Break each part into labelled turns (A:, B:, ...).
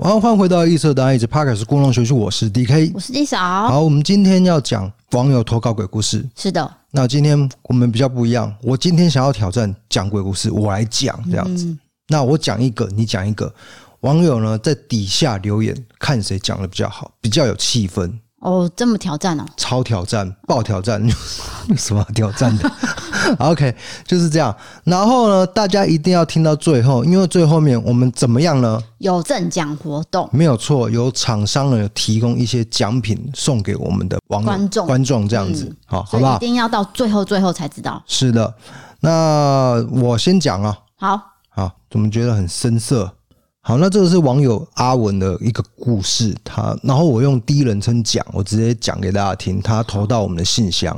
A: 好，欢迎回到异色答案，一直 p a r k e s 故弄玄虚，我是 DK。
B: 我是地嫂，
A: 好，我们今天要讲网友投稿鬼故事。
B: 是的，
A: 那今天我们比较不一样，我今天想要挑战讲鬼故事，我来讲这样子。那我讲一个，你讲一个，网友呢在底下留言，看谁讲的比较好，比较有气氛，
B: 哦，这么挑战哦，
A: 超挑战，爆挑战， 有什么好挑战的 ？OK，就是这样。然后呢，大家一定要听到最后，因为最后面我们怎么样呢？
B: 有赠奖活动，
A: 没有错，有厂商呢有提供一些奖品送给我们的网友
B: 观众嗯
A: 观众这样子，好好
B: 所
A: 不
B: 以一
A: 好？
B: 定要到最后最后才知道。
A: 是的，那我先讲啊，
B: 好，
A: 啊，怎么觉得很生涩？好，那这个是网友阿文的一个故事，他然后我用第一人称讲，我直接讲给大家听，他投到我们的信箱。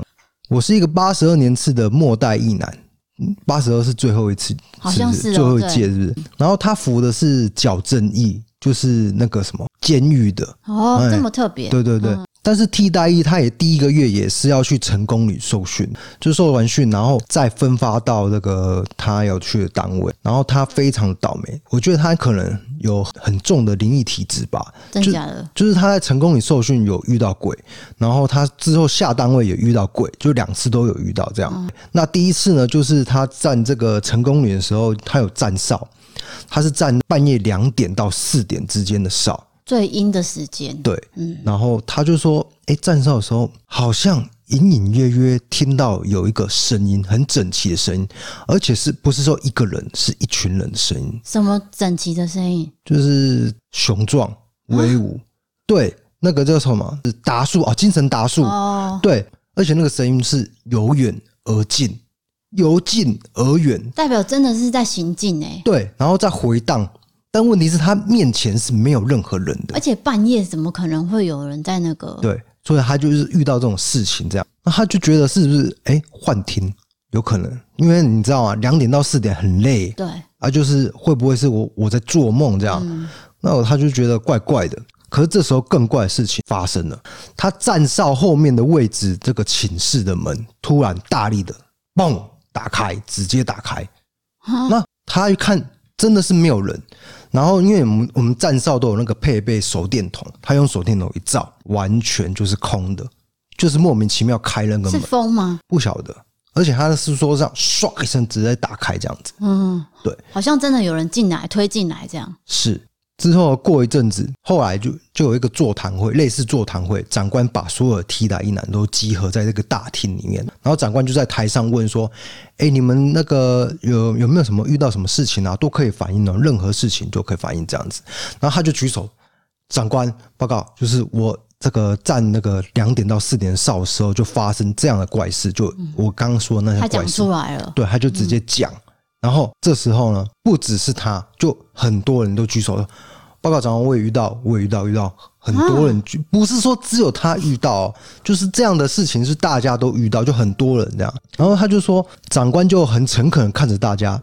A: 我是一个八十二年次的末代一男，八十二是最后一次，
B: 好像
A: 是不
B: 是哦
A: 最后一
B: 对
A: 届，是不是？然后他服的是矫正役，就是那个什么监狱的，
B: 哦，
A: 哎
B: 这么特别，
A: 对对对，但是替代役他也第一个月也是要去成功里受训，就受完训，然后再分发到那个他要去的单位，然后他非常的倒霉，我觉得他可能有很重的灵异体质吧，
B: 真
A: 就
B: 假的，
A: 就是他在成功里受训有遇到鬼，然后他之后下单位也遇到鬼，就两次都有遇到这样。
B: 嗯
A: 那第一次呢，就是他站这个成功里的时候，他有站哨，他是站半夜两点到四点之间的哨。
B: 最阴的时间，
A: 对，然后他就说，哎、站哨的时候好像隐隐约约听到有一个声音，很整齐的声音，而且是不是说一个人，是一群人的声音，
B: 什么整齐的声音，
A: 就是雄壮威武，对，那个叫什么是达叔哦，精神达叔，
B: 哦，
A: 对，而且那个声音是由远而近，由近而远，
B: 代表真的是在行进哎，
A: 对，然后再回荡，但问题是他面前是没有任何人的
B: 而，且半夜怎么可能会有人在那个？
A: 对，所以他就是遇到这种事情，这样，那他就觉得是不是哎幻听有可能？因为你知道吗？两点到四点很累
B: 对，
A: 啊，就是会不会是我我在做梦这样？那我他就觉得怪怪的。可是这时候更怪的事情发生了，他站哨后面的位置，这个寝室的门突然大力的嘣打开，直接打开。那他一看真的是没有人，然后因为我们我们站哨都有那个配备手电筒，他用手电筒一照，完全就是空的，就是莫名其妙开了个
B: 是
A: 门，
B: 风吗？
A: 不晓得。而且他是说这样唰一声直接打开这样子，
B: 嗯，
A: 对，
B: 好像真的有人进来推进来这样，
A: 是。之后过一阵子，后来就就有一个座谈会，类似座谈会，长官把所有的替代一男都集合在这个大厅里面，然后长官就在台上问说：“哎、你们那个有有没有什么遇到什么事情啊？都可以反映哦，任何事情都可以反映这样子。”然后他就举手，长官报告，就是我这个站那个两点到四点哨的时候就发生这样的怪事，就我刚刚说的那
B: 嗯他
A: 些
B: 讲
A: 怪事，
B: 出来了，
A: 对，他就直接讲。然后这时候呢，不只是他，就很多人都举手说：“报告长官，我也遇到，我也遇到，遇到很多人举，不是说只有他遇到哦，就是这样的事情是大家都遇到，就很多人这样。”然后他就说，长官就很诚恳地看着大家，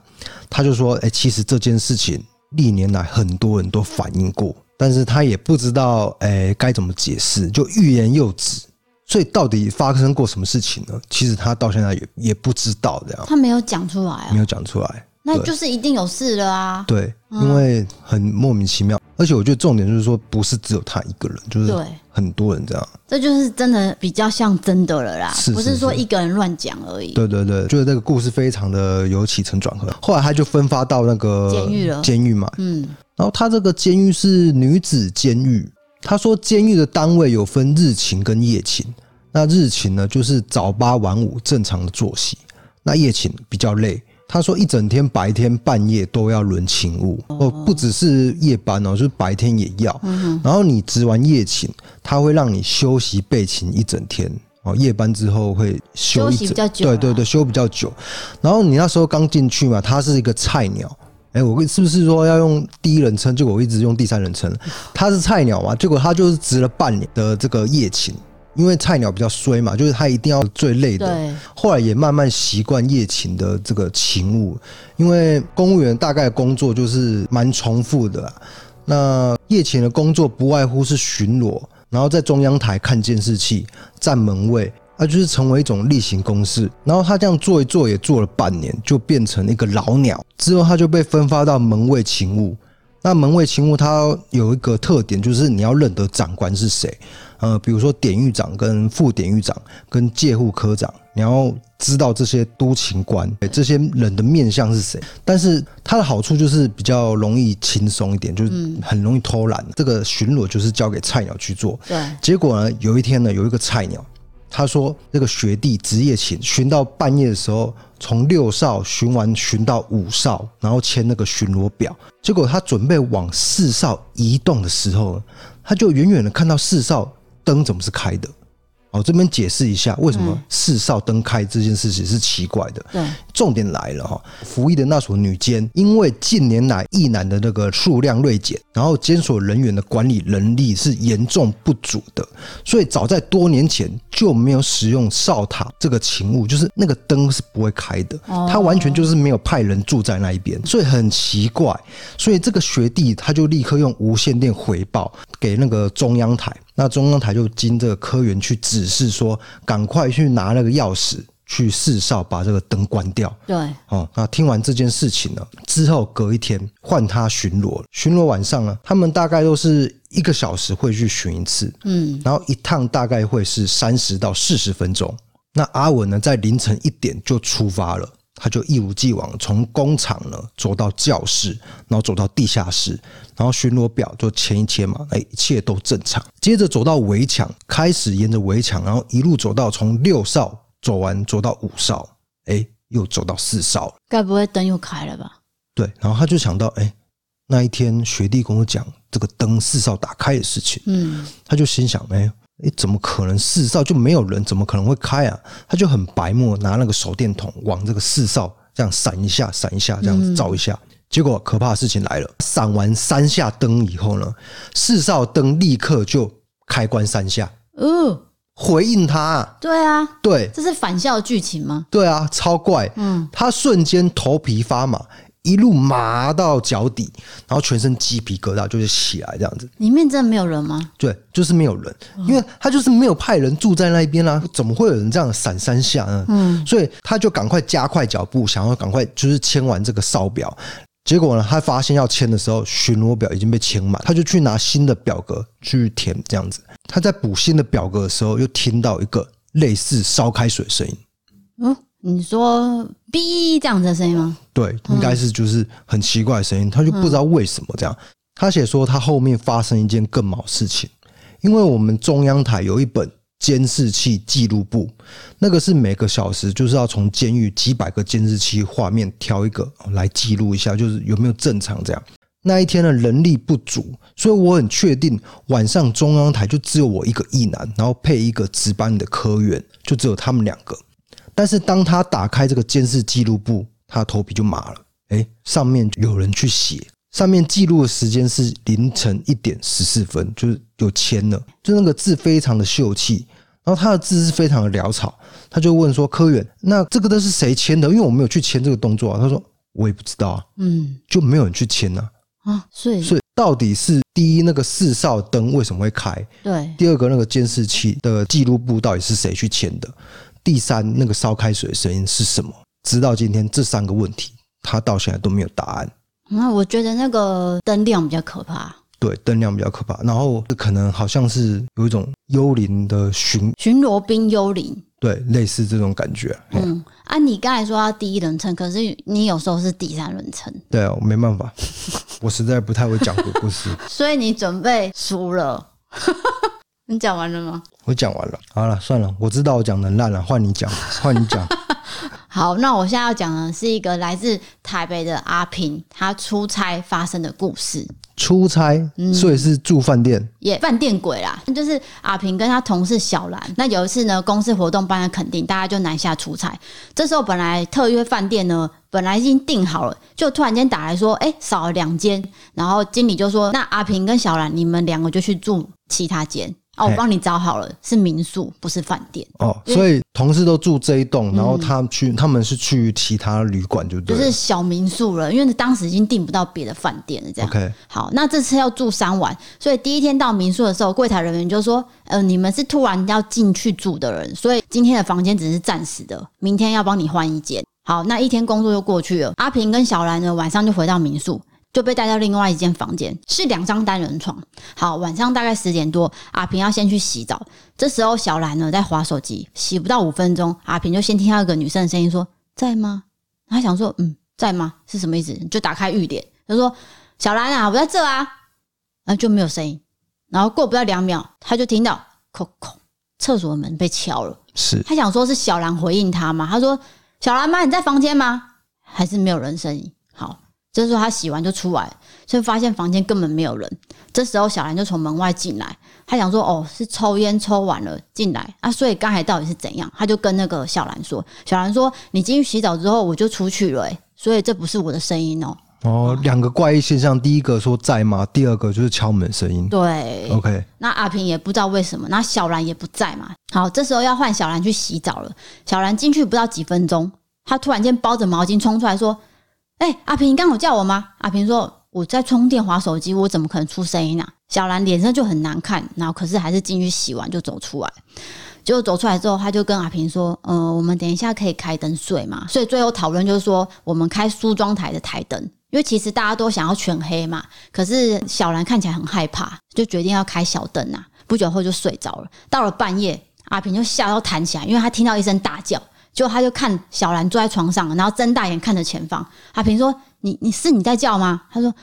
A: 他就说：“哎，其实这件事情历年来很多人都反映过，但是他也不知道哎该怎么解释，就欲言又止。”所以到底发生过什么事情呢？其实他到现在也也不知道这样。
B: 他没有讲出来啊
A: 没，有讲出来。
B: 那就是一定有事了啊。
A: 对，因为很莫名其妙，而且我觉得重点就是说，不是只有他一个人，就是
B: 对
A: 很多人这样。
B: 这就是真的比较像真的了啦，
A: 是
B: 不
A: 是
B: 是说
A: 是
B: 一个人乱讲而已。
A: 对对对，就是这个故事非常的有起承转合。后来他就分发到那个
B: 监狱了
A: 监狱嘛。
B: 嗯，
A: 然后他这个监狱是女子监狱，他说监狱的单位有分日勤跟夜勤。那日勤呢，就是早八晚五正常的作息；那夜勤比较累。他说一整天白天半夜都要轮勤务，哦，不只是夜班哦，就是白天也要。
B: 嗯
A: 然后你值完夜勤，他会让你休息备勤一整天。哦，夜班之后会休一
B: 休息
A: 整
B: 比较久啊
A: 对
B: 啦
A: 对对，休比较久。然后你那时候刚进去嘛，他是一个菜鸟。哎、我是不是说要用第一人称？结果我一直用第三人称。他是菜鸟嘛，结果他就是值了半年的这个夜勤，因为菜鸟比较衰嘛，就是他一定要最累的。
B: 对，
A: 后来也慢慢习惯夜勤的这个勤务，因为公务员大概工作就是蛮重复的啊、那夜勤的工作不外乎是巡逻，然后在中央台看监视器、站门卫，那、就是成为一种例行公事。然后他这样做一做，也做了半年，就变成一个老鸟。之后他就被分发到门卫勤务。那门卫勤务它有一个特点，就是你要认得长官是谁。呃，比如说典狱长、跟副典狱长、跟戒护科长，你要知道这些督勤官对这些人的面相是谁。但是它的好处就是比较容易轻松一点，就是很容易偷懒。这个巡逻就是交给菜鸟去做。
B: 对，
A: 结果呢，有一天呢，有一个菜鸟，他说这个学弟职业勤巡到半夜的时候，从六哨巡完巡到五哨，然后签那个巡逻表。结果他准备往四哨移动的时候，他就远远的看到四哨灯怎么是开的。哦，这边解释一下为什么四哨灯开这件事情是奇怪的。
B: 对，
A: 重点来了哈，服役的那所女监，因为近年来役男的那个数量锐减，然后监所人员的管理能力是严重不足的，所以早在多年前就没有使用哨塔这个勤务，就是那个灯是不会开的，他完全就是没有派人住在那一边，所以很奇怪。所以这个学弟他就立刻用无线电回报给那个中央台，那中央台就经这个科员去指示说，赶快去拿那个钥匙去四哨把这个灯关掉。
B: 对，
A: 哦，那听完这件事情呢之后，隔一天换他巡逻，巡逻晚上呢，他们大概都是一个小时会去巡一次，
B: 嗯，
A: 然后一趟大概会是三十到四十分钟。那阿文呢，在凌晨一点就出发了，他就一如既往从工厂呢走到教室，然后走到地下室，然后巡逻表就签一签嘛，哎，一切都正常。接着走到围墙，开始沿着围墙，然后一路走到从六哨走完走到五哨，哎，又走到四哨了。
B: 该不会灯又开了吧？
A: 对，然后他就想到，哎，那一天学弟跟我讲这个灯四哨打开的事情，
B: 嗯，
A: 他就心想：哎、哎，怎么可能四哨就没有人？怎么可能会开啊？他就很白目，拿那个手电筒往这个四哨这样闪一下，闪一下，这样子照一下。结果可怕的事情来了，闪完三下灯以后呢，四哨灯立刻就开关三下，
B: 哦，
A: 回应他啊。
B: 对啊，
A: 对
B: 这是返校剧情吗？
A: 对啊，超怪。
B: 嗯，
A: 他瞬间头皮发麻，一路麻到脚底，然后全身鸡皮疙瘩就是起来这样子。
B: 里面真的没有人吗？
A: 对，就是没有人，因为他就是没有派人住在那一边啦、怎么会有人这样闪三下呢？
B: 嗯，
A: 所以他就赶快加快脚步，想要赶快就是签完这个哨表。结果呢，他发现要签的时候，巡逻表已经被签满，他就去拿新的表格去填，这样子。他在补新的表格的时候，又听到一个类似烧开水的声音。
B: 嗯，你说“哔”这样子的声音吗？
A: 对，应该是就是很奇怪的声音，他就不知道为什么这样。他写说他后面发生一件更毛事情，因为我们中央台有一本监视器记录簿，那个是每个小时就是要从监狱几百个监视器画面挑一个哦来记录一下，就是有没有正常这样。那一天的人力不足，所以我很确定晚上中央台就只有我一个一男，然后配一个值班的科员，就只有他们两个。但是当他打开这个监视记录簿，他头皮就麻了。诶，上面有人去写，上面记录的时间是凌晨一点十四分，就是有签了，就那个字非常的秀气，然后他的字是非常的潦草。他就问说：“科员，那这个都是谁签的？因为我没有去签这个动作啊。”他说：“我也不知道啊，
B: 嗯，
A: 就没有人去签啊。
B: 啊，所以
A: 所以到底是第一那个四哨灯为什么会开？
B: 对，
A: 第二个那个监视器的记录簿到底是谁去签的？第三，那个烧开水的声音是什么？直到今天，这三个问题他到现在都没有答案。
B: 那啊我觉得那个灯亮比较可怕，
A: 对，灯亮比较可怕，然后可能好像是有一种幽灵的巡，
B: 巡逻兵幽灵。
A: 对，类似这种感觉。嗯，
B: 嗯，啊，你刚才说要第一人称，可是你有时候是第三人称，
A: 对啊，我没办法，我实在不太会讲鬼故事。
B: 所以你准备输了。你讲完了吗？
A: 我讲完了，好了，算了，我知道我讲的烂了，换你讲，换你讲。
B: 好，那我现在要讲的是一个来自台北的阿平，他出差发生的故事，
A: 出差，所以是住饭店，
B: 也饭店鬼啦。就是阿平跟他同事小兰，那有一次呢，公司活动办在垦丁，大家就南下出差。这时候本来特约饭店呢，本来已经订好了，就突然间打来说，哎、少了两间。然后经理就说，那阿平跟小兰你们两个就去住其他间。哦，我
A: 嘿
B: 帮你找好了，是民宿，不是饭店。
A: 哦，所以同事都住这一栋，然后他去，他们是去其他旅馆就
B: 嗯就
A: 对了。
B: 是小民宿了，因为当时已经订不到别的饭店了，这样。
A: OK，
B: 好，那这次要住三晚，所以第一天到民宿的时候，柜台人员就说：“呃，你们是突然要进去住的人，所以今天的房间只是暂时的，明天要帮你换一间。”好，那一天工作就过去了。阿平跟小兰呢，晚上就回到民宿，就被带到另外一间房间，是两张单人床。好，晚上大概十点多，阿平要先去洗澡。这时候小兰呢在划手机，洗不到五分钟，阿平就先听到一个女生的声音说：“在吗？”他想说：“嗯，在吗？是什么意思？”就打开浴帘，他说：“小兰啊，我在这啊。”然后就没有声音。然后过不到两秒，他就听到“叩叩”厕所门被敲了。
A: 是
B: 他想说是小兰回应他嘛？他说：“小兰妈，你在房间吗？”还是没有人声音。好，这时候他洗完就出来，所以发现房间根本没有人。这时候小兰就从门外进来，他想说：“哦，是抽烟抽完了进来啊。”所以刚才到底是怎样？他就跟那个小兰说：“小兰说，你进去洗澡之后我就出去了、欸，所以这不是我的声音哦、
A: 哦，两个怪异现象，第一个说在吗？第二个就是敲门声音。
B: 对，
A: OK，
B: 那阿平也不知道为什么，那小兰也不在嘛。好，这时候要换小兰去洗澡了。小兰进去不到几分钟，她突然间包着毛巾冲出来说：“哎、阿平，你刚有叫我吗？”阿平说：“我在充电划手机，我怎么可能出声音啊？”小兰脸色就很难看，然后可是还是进去洗完就走出来。结果走出来之后，他就跟阿平说：“呃，我们等一下可以开灯睡嘛。”所以最后讨论就是说，我们开梳妆台的台灯，因为其实大家都想要全黑嘛。可是小兰看起来很害怕，就决定要开小灯啊。不久后就睡着了。到了半夜，阿平就吓到弹起来，因为他听到一声大叫，结果他就看小兰坐在床上，然后睁大眼看着前方。阿平说：“你你是你在叫吗？”他说：“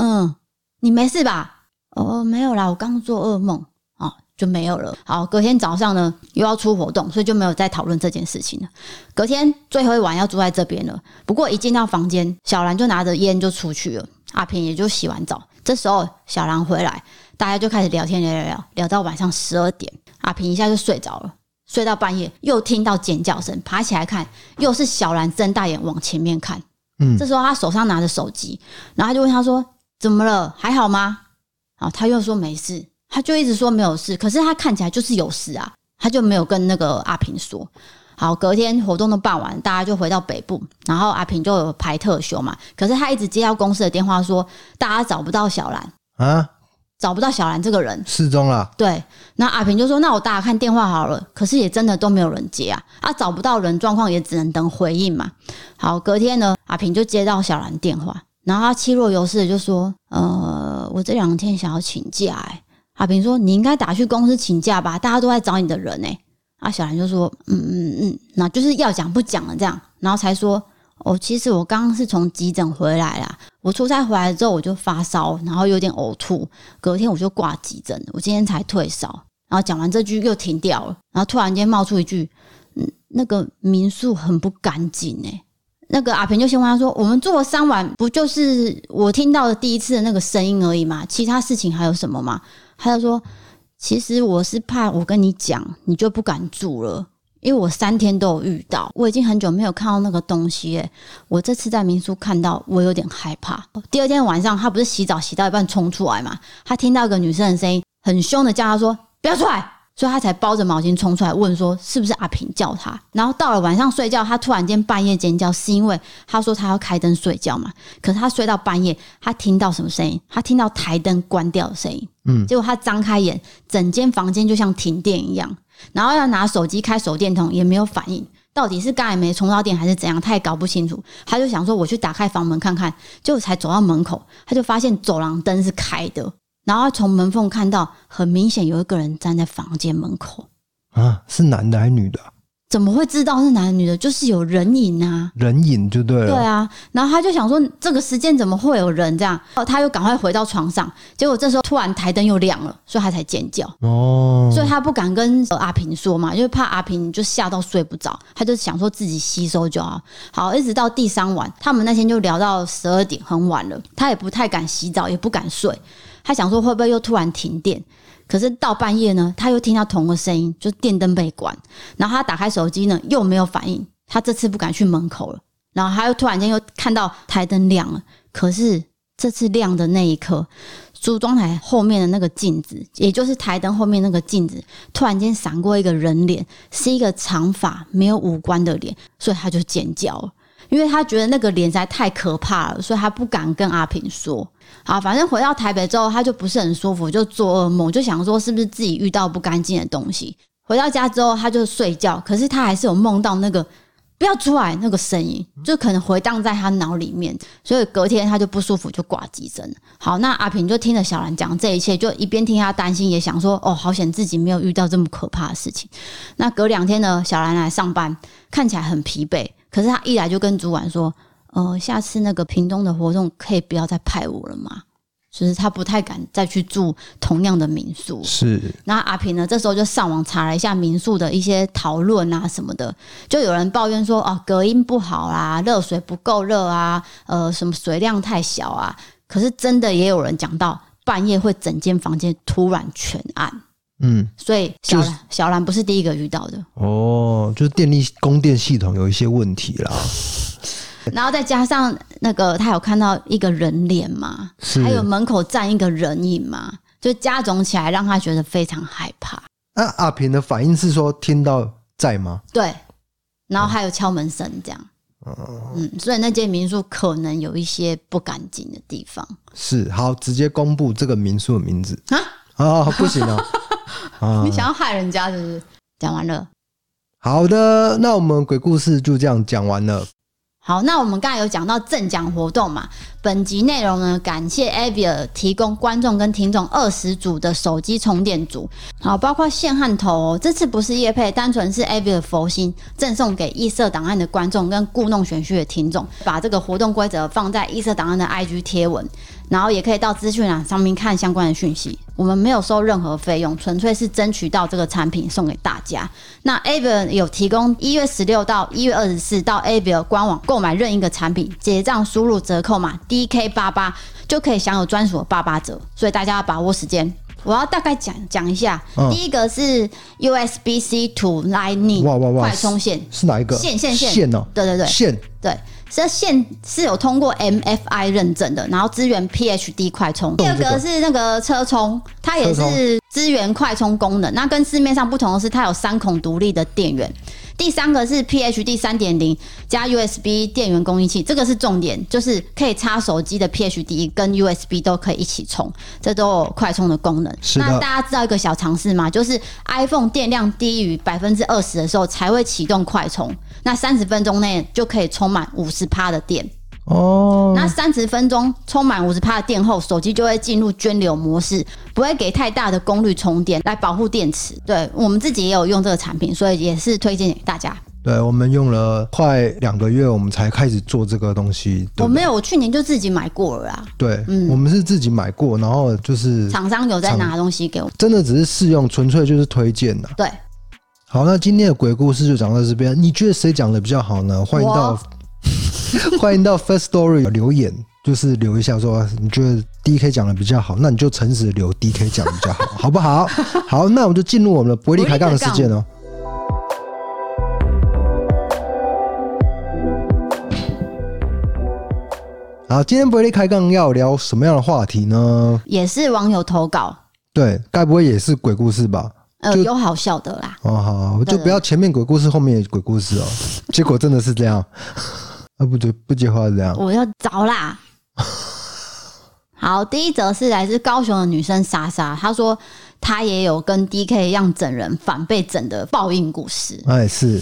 B: 嗯，你没事吧？”哦，没有啦，我刚做噩梦。哦，就没有了。好，隔天早上呢又要出活动，所以就没有再讨论这件事情了。隔天最后一晚要住在这边了，不过一进到房间，小兰就拿着烟就出去了，阿平也就洗完澡。这时候小兰回来，大家就开始聊天，聊聊聊，聊到晚上十二点，阿平一下就睡着了。睡到半夜，又听到尖叫声，爬起来看，又是小兰睁大眼往前面看。
A: 嗯
B: 这时候他手上拿着手机，然后他就问他说：“怎么了？还好吗？”然后他又说没事，他就一直说没有事，可是他看起来就是有事啊，他就没有跟那个阿平说。好，隔天活动都办完，大家就回到北部，然后阿平就有排特休嘛。可是他一直接到公司的电话说，大家找不到小兰，
A: 啊，
B: 找不到小兰这个人。
A: 失踪啦，
B: 对，那阿平就说：“那我打打看电话好了。”可是也真的都没有人接啊，啊，找不到人，状况也只能等回应嘛。好，隔天呢，阿平就接到小兰电话，然后他气若游丝的就说：“呃，我这两天想要请假、欸。”阿平说：“你应该打去公司请假吧，大家都在找你的人哎、啊，小兰就说：“嗯嗯嗯，那就是要讲不讲了这样。”然后才说：“哦，其实我刚刚是从急诊回来啦，我出差回来之后我就发烧，然后有点呕吐，隔天我就挂急诊了，我今天才退烧。然后讲完这句又停掉了，然后突然间冒出一句：“嗯，那个民宿很不干净哎。”那个阿平就先问他说：“我们住了三晚，不就是我听到的第一次的那个声音而已嘛？其他事情还有什么吗？”他就说：“其实我是怕我跟你讲，你就不敢住了，因为我三天都有遇到，我已经很久没有看到那个东西、欸，我这次在民宿看到，我有点害怕。第二天晚上，他不是洗澡洗到一半冲出来嘛，他听到一个女生的声音，很凶的叫他说：“不要出来！”所以他才包着毛巾冲出来，问说是不是阿平叫他。然后到了晚上睡觉，他突然间半夜尖叫，是因为他说他要开灯睡觉嘛。可是他睡到半夜，他听到什么声音？他听到台灯关掉的声音。
A: 嗯
B: 结果他张开眼，整间房间就像停电一样。然后要拿手机开手电筒，也没有反应。到底是刚才没充到电还是怎样，他也搞不清楚。他就想说，我去打开房门看看，结果才走到门口，他就发现走廊灯是开的，然后他从门缝看到，很明显有一个人站在房间门口。
A: 啊，是男的还是女的啊、
B: 怎么会知道是男的女的？就是有人影啊！
A: 人影就对
B: 对
A: 了，
B: 啊，然后他就想说，这个时间怎么会有人这样？哦，他又赶快回到床上，结果这时候突然台灯又亮了，所以他才尖叫。
A: 哦，
B: 所以他不敢跟呃阿平说嘛，因为怕阿平就吓到睡不着，他就想说自己吸收就好。好，一直到第三晚，他们那天就聊到十二点，很晚了，他也不太敢洗澡，也不敢睡，他想说会不会又突然停电。可是到半夜呢，他又听到同个声音，就是电灯被关，然后他打开手机呢，又没有反应，他这次不敢去门口了。然后他又突然间又看到台灯亮了，可是这次亮的那一刻，梳妆台后面的那个镜子，也就是台灯后面那个镜子，突然间闪过一个人脸，是一个长发没有五官的脸，所以他就尖叫了。因为他觉得那个脸实在太可怕了，所以他不敢跟阿平说。好，反正回到台北之后，他就不是很舒服，就做噩梦，就想说是不是自己遇到不干净的东西。回到家之后，他就睡觉，可是他还是有梦到那个不要出来，那个声音就可能回荡在他脑里面，所以隔天他就不舒服，就挂急诊。好，那阿平就听了小兰讲这一切，就一边听他担心，也想说哦，好险自己没有遇到这么可怕的事情。那隔两天呢，小兰来上班，看起来很疲惫，可是他一来就跟主管说，呃，下次那个屏东的活动可以不要再派我了吗？就是他不太敢再去住同样的民宿，
A: 是
B: 那阿平呢，这时候就上网查了一下民宿的一些讨论啊什么的，就有人抱怨说，哦，隔音不好啦、热水不够热啊，呃，什么水量太小啊。可是真的也有人讲到，半夜会整间房间突然全暗，
A: 嗯
B: 所以小兰、
A: 就是
B: 小兰不是第一个遇到的。
A: 哦，就是电力供电系统有一些问题啦，
B: 然后再加上那个，他有看到一个人脸嘛，
A: 是
B: 还有门口站一个人影嘛，就加总起来让他觉得非常害怕。
A: 那阿平的反应是说听到在吗？
B: 对，然后还有敲门声这样。嗯，所以那间民宿可能有一些不干净的地方
A: 是好，直接公布这个民宿的名字
B: 啊！
A: 啊、不行啊！啊
B: 你，想要害人家是不是？讲完了。
A: 好的，那我们鬼故事就这样讲完了。
B: 好，那我们刚才有讲到赠奖活动嘛，本集内容呢，感谢 Avia 提供观众跟听众二十组的手机充电组，好，包括线和头、哦，这次不是叶配，单纯是 Avia 佛心赠送给异色档案的观众跟故弄玄虚的听众，把这个活动规则放在异色档案的 IG 贴文，然后也可以到资讯栏上面看相关的讯息。我们没有收任何费用，纯粹是争取到这个产品送给大家。那 Avon 有提供一月十六到一月二十四到 Avon 官网购买任意一个产品，结账输入折扣码 DK 八八就可以享有专属的八八折，所以大家要把握时间。我要大概讲讲一下，
A: 嗯
B: 第一个是 USB C to Lightning
A: 哇哇哇
B: 快充线，
A: 是哪一个？
B: 线线线
A: 线哦，
B: 对对对
A: 线
B: 对，这线是有通过 MFI 认证的，然后支援 PHD 快充。第
A: 动
B: 二
A: 这个
B: 个是那个车充，它也
A: 车充
B: 是支援快充功能。那跟市面上不同的是，它有三孔独立的电源。第三个是 PHD 三点零加 USB 电源供应器，这个是重点，就是可以插手机的 PHD 跟 USB 都可以一起充，这都有快充的功能。
A: 是的
B: 那大家知道一个小常识吗？就是 iPhone 电量低于百分之二十的时候才会启动快充，那三十分钟内就可以充满五十趴的电。
A: 哦，
B: 那三十分钟充满五十帕的电后，手机就会进入涓流模式，不会给太大的功率充电，来保护电池。对我们自己也有用这个产品，所以也是推荐给大家。
A: 对，我们用了快两个月，我们才开始做这个东西。对
B: 我
A: 不对
B: 没有，我去年就自己买过了啦。
A: 对，我们是自己买过，然后就是
B: 厂商有在拿东西给我，
A: 真的只是试用，纯粹就是推荐啊的。
B: 对，
A: 好，那今天的鬼故事就讲到这边。你觉得谁讲的比较好呢？欢迎到 欢迎到 First Story 留言，就是留一下说你觉得 DK 讲的比较好，那你就诚实地留 DK 讲的比较好， 好不好？好，那我们就进入我们的伯利开杠的事件哦。好，今天伯利开杠要聊什么样的话题呢？
B: 也是网友投稿，
A: 对，该不会也是鬼故事吧？
B: 呃，
A: 就
B: 有好笑的啦。
A: 哦，好，我就
B: 对对
A: 不要前面鬼故事，后面也鬼故事 哦。结果真的是这样，啊，不对，不接话是这样。
B: 我要找啦。好，第一则是来自高雄的女生莎莎，她说她也有跟 DK 一样整人反被整的报应故事。
A: 哎，是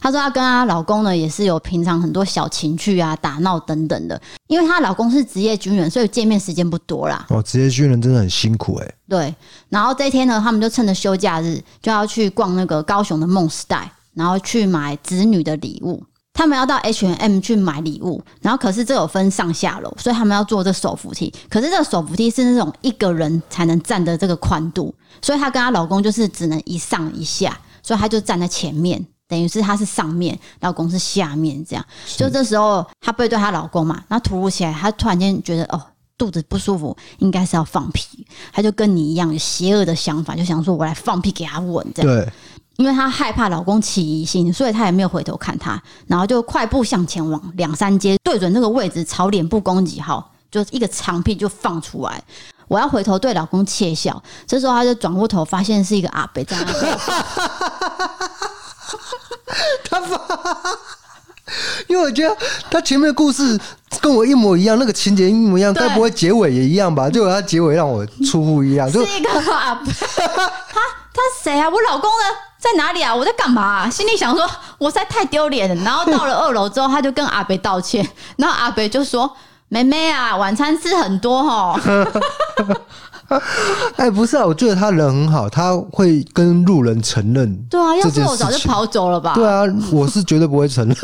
B: 她说她跟她老公呢也是有平常很多小情趣啊、打闹等等的，因为她老公是职业军人，所以见面时间不多啦。
A: 哦，职业军人真的很辛苦哎、
B: 对，然后这一天呢，他们就趁着休假日就要去逛那个高雄的梦时代，然后去买子女的礼物。他们要到 H&M 去买礼物，然后可是这有分上下楼，所以他们要坐这手扶梯。可是这个手扶梯是那种一个人才能站的这个宽度，所以她跟她老公就是只能一上一下，所以她就站在前面，等于是她是上面，老公是下面这样。就这时候她背对她老公嘛，然后突如其来，她突然间觉得哦肚子不舒服，应该是要放屁，她就跟你一样有邪恶的想法，就想说我来放屁给她闻这样。
A: 对，
B: 因为她害怕老公起疑心，所以她也没有回头看他，然后就快步向前往两三阶，对准这个位置朝脸部攻击，号，就一个长屁就放出来。我要回头对老公窃笑，这时候她就转过头，发现是一个阿伯在 那边。
A: 因为我觉得他前面的故事跟我一模一样，那个情节一模一样，
B: 对
A: 该啊不会结尾也一样吧？就他结尾让我出乎意料，就是
B: 一个阿伯，他他他是谁啊？我老公呢？在哪里啊？我在干嘛啊、心里想说，我实在太丢脸了。然后到了二楼之后，他就跟阿北道歉，然后阿北就说：“妹妹啊，晚餐吃很多哦。
A: 哎、不是啊，我觉得他人很好，他会跟路人承认”。
B: 对啊，要
A: 这
B: 是
A: 件
B: 我早就
A: 事情
B: 跑走了吧。
A: 对啊，我是绝对不会承认。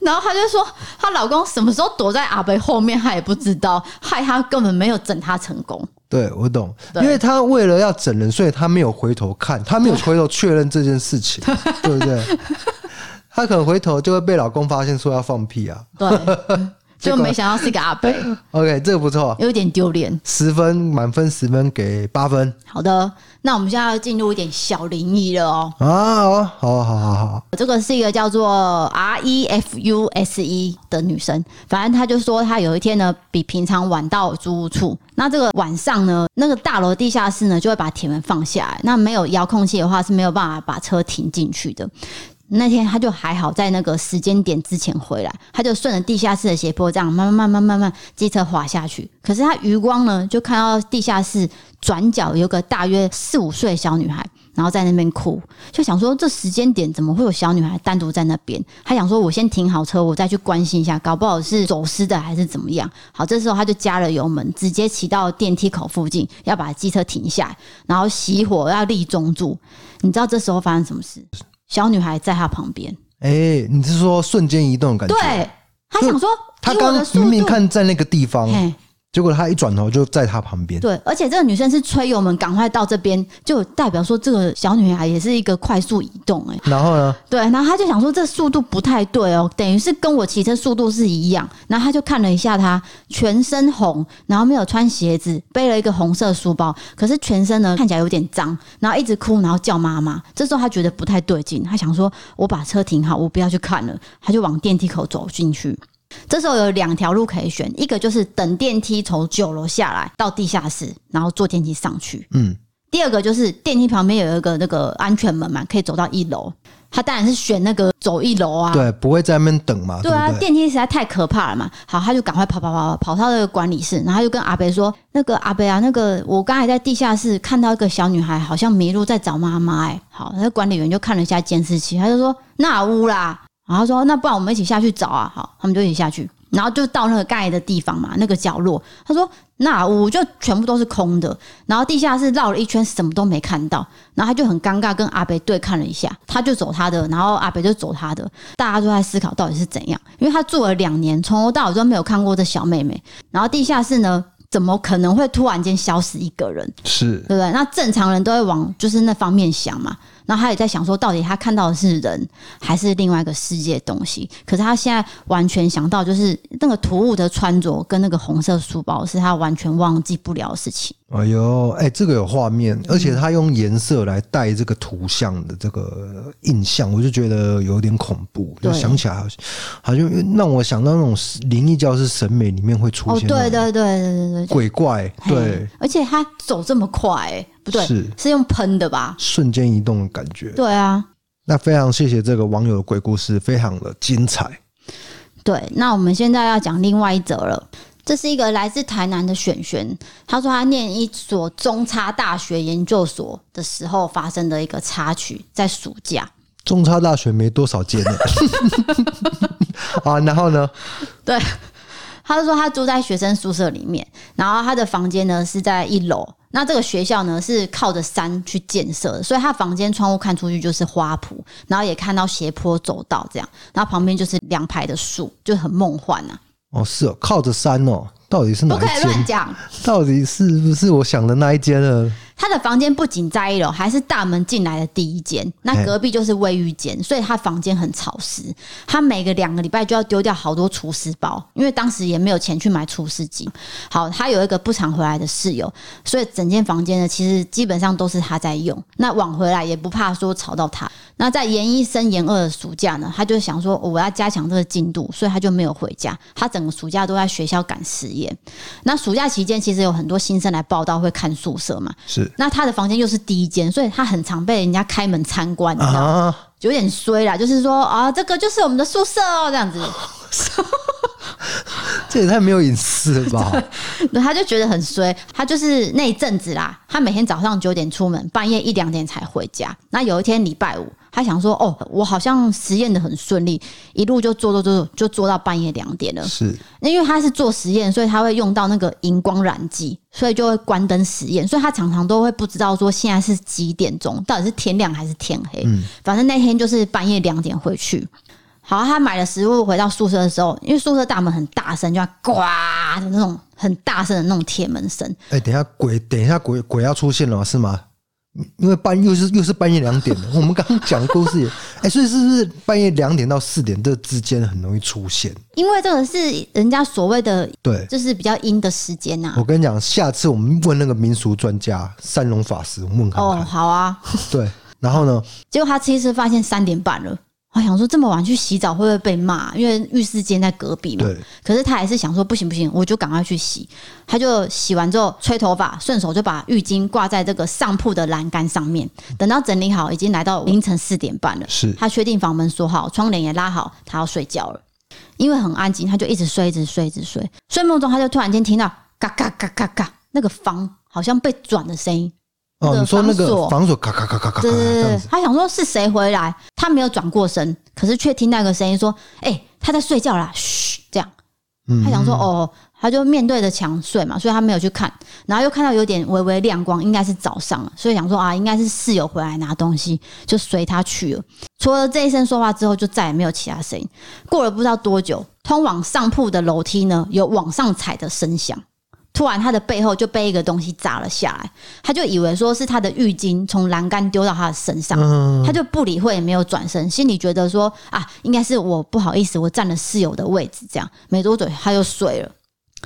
B: 然后她就说，她老公什么时候躲在阿北后面，她也不知道，害她根本没有整她成功。
A: 对，我懂，
B: 对
A: 因为他为了要整人，所以他没有回头看，他没有回头确认这件事 情，对不对？他可能回头就会被老公发现说要放屁啊。
B: 对，就没想到是个阿北，
A: OK，这个不错，
B: 有点丢脸。
A: 十分满分，十分给八分
B: 好的，那我们现在要进入一点小灵异了哦。
A: 啊！好好好好好，
B: 这个是一个叫做 R E F U S E 的女生，反正她就说她有一天呢，比平常晚到租屋处。那这个晚上呢，那个大楼地下室呢就会把铁门放下来，那没有遥控器的话是没有办法把车停进去的。那天她就还好，在那个时间点之前回来，她就顺着地下室的斜坡这样慢慢慢慢慢慢机车滑下去。可是她余光呢，就看到地下室转角有个大约四五岁的小女孩，然后在那边哭，就想说这时间点怎么会有小女孩单独在那边？她想说我先停好车，我再去关心一下，搞不好是走失的还是怎么样。好，这时候她就加了油门，直接骑到电梯口附近，要把机车停下来，然后熄火要立中柱。你知道这时候发生什么事？小女孩在她旁边，
A: 哎、你是说瞬间移动的感觉？，
B: 对她想说，
A: 他
B: 以我
A: 刚
B: 的速
A: 明明
B: 度，
A: 看在那个地方，
B: 嘿，
A: 结果他一转头就在他旁边。
B: 对，而且这个女生是催油门，赶快到这边，就代表说这个小女孩也是一个快速移动、欸，
A: 然后呢？
B: 对，然后他就想说这速度不太对哦，等于是跟我骑车速度是一样。然后他就看了一下他全身红，然后没有穿鞋子，背了一个红色书包，可是全身呢看起来有点脏，然后一直哭，然后叫妈妈。这时候他觉得不太对劲，他想说我把车停好，我不要去看了，他就往电梯口走进去。这时候有两条路可以选，一个就是等电梯从九楼下来到地下室，然后坐电梯上去，
A: 嗯，
B: 第二个就是电梯旁边有一个那个安全门嘛，可以走到一楼。他当然是选那个走一楼啊。
A: 对，不会在那边等嘛，
B: 对啊，
A: 不对？
B: 电梯实在太可怕了嘛！好，他就赶快跑跑跑跑跑到那个管理室，然后他就跟阿北说：“那个阿北啊，那个我刚才在地下室看到一个小女孩，好像迷路在找妈妈。”哎，好，那管理员就看了一下监视器，他就说：“那屋啦。”然后他说：“那不然我们一起下去找啊！”好，他们就一起下去，然后就到那个盖的地方嘛，那个角落。他说：“那屋就全部都是空的。”然后地下室绕了一圈，什么都没看到。然后他就很尴尬，跟阿北对看了一下，他就走他的，然后阿北就走他的，大家都在思考到底是怎样，因为他住了两年，从头到尾都没有看过这小妹妹。然后地下室呢，怎么可能会突然间消失一个人？
A: 是
B: 对不对？那正常人都会往就是那方面想嘛。然后他也在想说，到底他看到的是人还是另外一个世界的东西？可是他现在完全想到，就是那个突兀的穿着跟那个红色书包，是他完全忘记不了的事情。
A: 哎呦，哎、这个有画
B: 嗯
A: 面，而且他用颜色来带这个图像的这个印象，我就觉得有点恐怖。
B: 对
A: 就想起来好像，好像让我想到那种灵异教师审美里面会出
B: 哦，
A: 现
B: 对
A: 那种
B: 对对对对对，
A: 鬼怪，
B: 嘿
A: 对，，
B: 而且他走这么快、欸，不对，
A: 是
B: 是用喷的吧？
A: 瞬间移动的感觉。
B: 对啊，
A: 那非常谢谢这个网友的鬼故事，非常的精彩。
B: 对，那我们现在要讲另外一则了。这是一个来自台南的璇璇，他说他念一所中差大学研究所的时候发生的一个插曲，在暑假。
A: 中差大学没多少间 呢，啊，然后呢？
B: 对，他就说他住在学生宿舍里面，然后他的房间呢是在一楼。那这个学校呢是靠着山去建设的，所以他房间窗户看出去就是花圃，然后也看到斜坡走道这样，然后旁边就是两排的树，就很梦幻啊！
A: 哦，是哦，靠着山哦，到底是哪
B: 不可
A: 一
B: 以乱
A: 间？
B: 讲，
A: 到底是不是我想的那一间呢？
B: 他的房间不仅在一楼，还是大门进来的第一间，那
A: 嘿
B: 隔壁就是卫浴间，所以他房间很潮湿。他每个两个礼拜就要丢掉好多厨师包，因为当时也没有钱去买厨师机。好，他有一个不常回来的室友，所以整间房间呢，其实基本上都是他在用。那晚回来也不怕说吵到他。那在研一升研二的暑假呢，他就想说、哦我要加强这个进度，所以他就没有回家。他整个暑假都在学校赶实验。那暑假期间，其实有很多新生来报道会看宿舍嘛，
A: 是
B: 那他的房间又是第一间，所以他很常被人家开门参观，你知道吗，
A: 啊，
B: 有点衰啦，就是说啊，这个就是我们的宿舍哦，这样子。
A: 这也太没有隐私了吧？
B: 对，他就觉得很衰。他就是那一阵子啦，他每天早上九点出门，半夜一两点才回家。那有一天礼拜五，他想说：“哦，我好像实验的很顺利，一路就做做做，做就做到半夜两点了。”
A: 是
B: 那因为他是做实验，所以他会用到那个荧光染剂，所以就会关灯实验，所以他常常都会不知道说现在是几点钟，到底是天亮还是天黑。反正那天就是半夜两点回去。好，他买了食物回到宿舍的时候，因为宿舍大门很大声，就要呱的那种很大声的那种铁门声。
A: 哎、等一下鬼，等一下鬼鬼要出现了是吗？因为半又是又是半夜两点的，我 们刚刚讲的都是也，哎、所以是不是半夜两点到四点这之间很容易出现？
B: 因为这个是人家所谓的
A: 对，
B: 就是比较阴的时间呐、
A: 我跟你讲，下次我们问那个民俗专家三龙法师，我们问看看。
B: 哦，好啊，
A: 对，然后呢，
B: 结果他吃一吃发现三点半了，我想说这么晚去洗澡会不会被骂？因为浴室间在隔壁嘛。
A: 对，
B: 可是他还是想说不行不行，我就赶快去洗。他就洗完之后吹头发，顺手就把浴巾挂在这个上铺的栏杆上面。等到整理好，已经来到凌晨四点半了。
A: 嗯是
B: 他确定房门锁好，窗帘也拉好，他要睡觉了。因为很安静，他就一直睡，一直睡，一直睡。睡梦中，他就突然间听到嘎嘎嘎嘎嘎那个房好像被转的声音。那
A: 哦，
B: 个
A: 你说那
B: 防
A: 个
B: 锁
A: 防锁咔咔咔咔咔咔
B: 对对
A: 这
B: 对
A: 样
B: 对
A: 子，，
B: 他想说是谁回来，他没有转过身，可是却听到一个声音说：“哎、他在睡觉啦，嘘。”这样，
A: 嗯
B: 他想说：“哦，他就面对着墙睡嘛，所以他没有去看。然后又看到有点微微亮光，应该是早上了，所以想说啊，应该是室友回来拿东西，就随他去了。除了这一声说话之后，就再也没有其他声音。过了不知道多久，通往上铺的楼梯呢，有往上踩的声响。”突然，他的背后就被一个东西砸了下来，他就以为说是他的浴巾从栏杆丢到他的身上，
A: 嗯，
B: 他就不理会，也没有转身，心里觉得说啊，应该是我不好意思，我占了室友的位置，这样没多久他就睡了。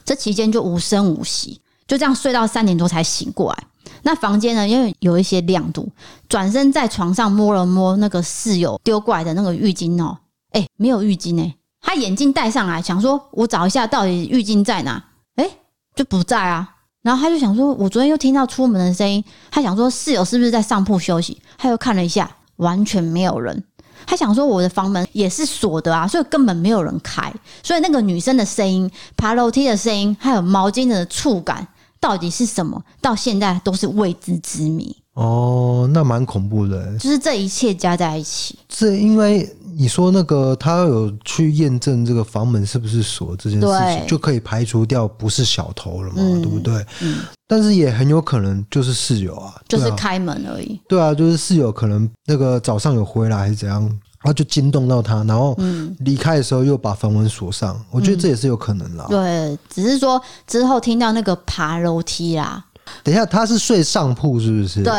B: 这期间就无声无息，就这样睡到三点多才醒过来。那房间呢，因为有一些亮度，转身在床上摸了摸那个室友丢过来的那个浴巾哦、哎、没有浴巾哎、他眼镜戴上来，想说我找一下到底浴巾在哪，哎、就不在啊。然后他就想说，我昨天又听到出门的声音，他想说室友是不是在上铺休息？他又看了一下，完全没有人。他想说我的房门也是锁的啊，所以根本没有人开。所以那个女生的声音、爬楼梯的声音，还有毛巾的触感，到底是什么？到现在都是未知之谜。
A: 哦，那蛮恐怖的。
B: 就是这一切加在一起，
A: 这因为你说那个他有去验证这个房门是不是锁这件事情，
B: 对
A: 就可以排除掉不是小偷了嘛，
B: 嗯
A: 对不对？
B: 嗯，
A: 但是也很有可能就是室友啊，
B: 就是
A: 对啊
B: 开门而已。
A: 对啊，就是室友可能那个早上有回来还是怎样，然后就惊动到他，然后
B: 嗯
A: 离开的时候又把房门锁上，我觉得这也是有可能啦。
B: 对，只是说之后听到那个爬楼梯啦，
A: 等一下，他是睡上铺是不是？
B: 对，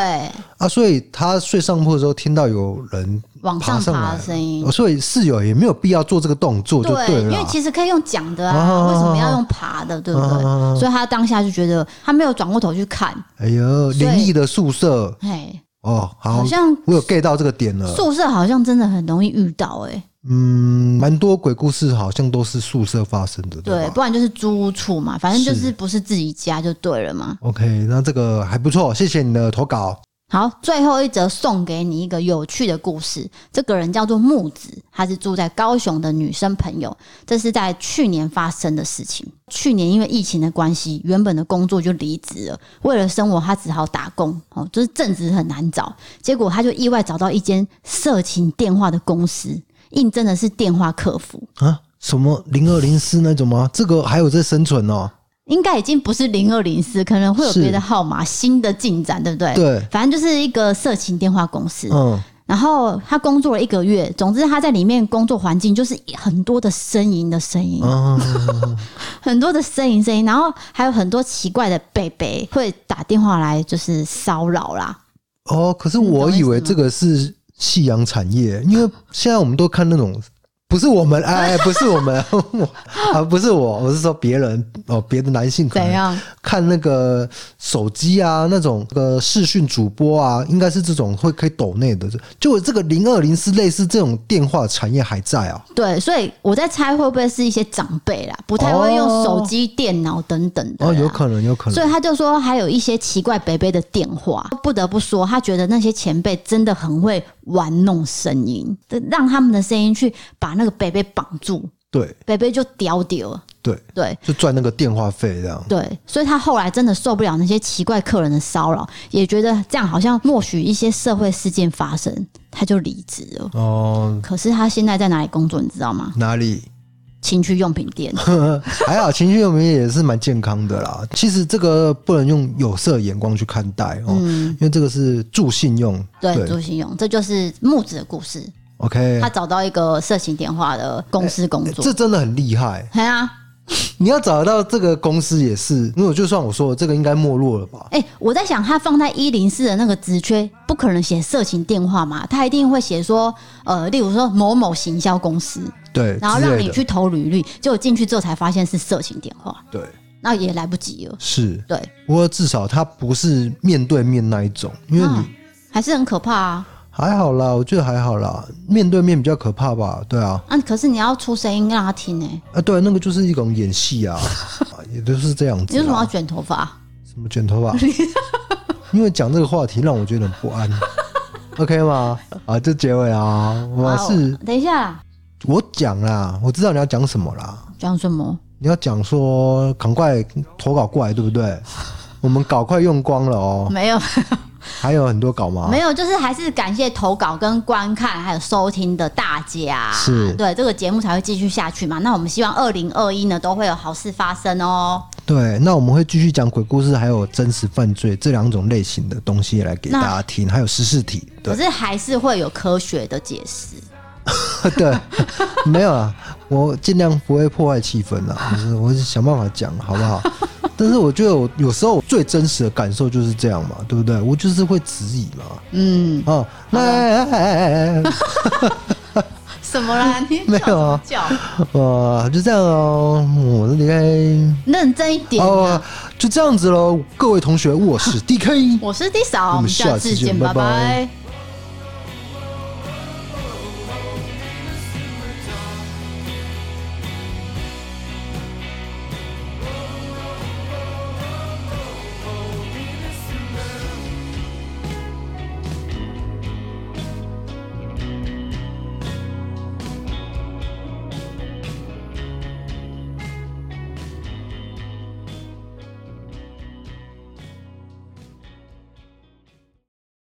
A: 啊，所以他睡上铺的时候听到有人
B: 往
A: 爬
B: 上
A: 上
B: 爬
A: 来
B: 的声音
A: 哦，所以室友也没有必要做这个动作就
B: 嗯对，因
A: 了
B: 为
A: 啦。
B: 其实可以用讲的
A: 啊啊啊
B: 啊，
A: 啊
B: 为什么要用爬的，对不对
A: 啊啊啊啊？
B: 所以他当下就觉得他没有转过头去看，
A: 哎呦，
B: 所以
A: 灵异的宿舍
B: 哎，
A: 哦，好，
B: 好像
A: 我有 get 到这个点了。
B: 宿舍好像真的很容易遇到，哎，
A: 嗯，蛮多鬼故事好像都是宿舍发生的，
B: 对，
A: 吧
B: 不然就是租屋处嘛，反正就是是不是自己家就对了嘛。
A: ？OK，那这个还不错，谢谢你的投稿。
B: 好，最后一则送给你一个有趣的故事。这个人叫做木子，她是住在高雄的女生朋友。这是在去年发生的事情。去年因为疫情的关系，原本的工作就离职了，为了生活，她只好打工。哦，就是正职很难找，结果她就意外找到一间色情电话的公司，应征的是电话客服。
A: 啊，什么零二零四那种吗？这个还有在生存哦。
B: 应该已经不是零二零四，可能会有
A: 是
B: 别的号码，新的进展，对不对？
A: 对
B: 反正就是一个色情电话公司。
A: 嗯，
B: 然后他工作了一个月，总之他在里面工作环境就是很多的呻吟的声音，
A: 啊，
B: 很多的呻吟声音，然后还有很多奇怪的贝贝会打电话来就是骚扰啦。
A: 哦，可是我以为这个是夕阳产业，因为现在我们都看那种，不是我们，哎，不是我们， 我啊，不是我，我是说别人哦，别的男性可
B: 怎
A: 能
B: 样？
A: 看那个手机啊，那种呃视讯主播啊，应该是这种会可以抖内的，就我这个零二零是类似这种电话产业还在啊，
B: 对，所以我在猜会不会是一些长辈啦，不太会用手机、电脑等等的啦。
A: 哦，有可能，有可
B: 所
A: 能，
B: 以他就说还有一些奇怪北北的电话，不得不说，他觉得那些前辈真的很会玩弄声音，让他们的声音去把那个北北绑住。
A: 对
B: 北北就屌屌了，
A: 对，
B: 对。
A: 就赚那个电话费这样。
B: 对，所以他后来真的受不了那些奇怪客人的骚扰，也觉得这样好像默许一些社会事件发生，他就离职了。
A: 哦，
B: 可是他现在在哪里工作，你知道吗？
A: 哪里？
B: 情趣用品 店。
A: 还好，情绪用品也是蛮健康的啦。其实这个不能用有色眼光去看待哦，因为这个是助信用。
B: 嗯对，朱信用，这就是木子的故事。
A: ，OK，
B: 他找到一个色情电话的公司工作。
A: 哎这真的很厉害。
B: 哎呀、啊，
A: 你要找到这个公司也是，因为我就算我说了这个应该没落了吧？
B: 哎、我在想，他放在一零四的那个职缺，不可能写色情电话嘛，他一定会写说，呃，例如说某某行销公司，
A: 对，
B: 然后
A: 之
B: 让
A: 类
B: 你
A: 的
B: 去投履历，结果进去之后才发现是色情电话，
A: 对
B: 那也来不及了。
A: 是。
B: 对，
A: 不过至少它不是面对面那一种，因为
B: 嗯
A: 你，
B: 还是很可怕啊。
A: 还好啦，我觉得还好啦，面对面比较可怕吧？对啊，
B: 啊，可是你要出声音让他听欸呢、
A: 啊对，那个就是一种演戏 啊，啊也就是这样
B: 你
A: 子
B: 为什么要
A: 啦。
B: 卷头发？
A: 什么卷头 发？因为讲这个话题让我觉得很不安，OK 吗？啊，这结尾啊，我
B: 好
A: 是
B: 等一下
A: 我讲啦，我知道你要讲什么啦。
B: 讲什么？
A: 你要讲说赶快投稿过来，对不 对？我们稿快用光了哦，
B: 没有，
A: 还有很多稿吗？
B: 没有，就是还是感谢投稿跟观看还有收听的大家，
A: 是
B: 对这个节目才会继续下去嘛。那我们希望二零二一呢都会有好事发生哦。
A: 对，那我们会继续讲鬼故事，还有真实犯罪这两种类型的东西来给
B: 那
A: 大家听，还有时事题。
B: 可
A: 对
B: 是还是会有科学的解释。
A: 对，没有啦，我尽量不会破坏气氛啦，我是我是想办法讲，好不好？但是我觉得我有时候最真实的感受就是这样嘛，对不对？我就是会质疑嘛，
B: 嗯，
A: 啊，那
B: 什 么啦？你
A: 没有啊
B: 叫
A: 呃，就这样哦，我是离开。
B: 认真一点。啊
A: 哦，就这样子喽，各位同学，我是 DK。
B: 我是 D 嫂，
A: 我
B: 我
A: 们
B: 们
A: 下
B: 下
A: 次
B: 次
A: 见
B: 见，
A: 拜
B: 拜
A: 拜
B: 拜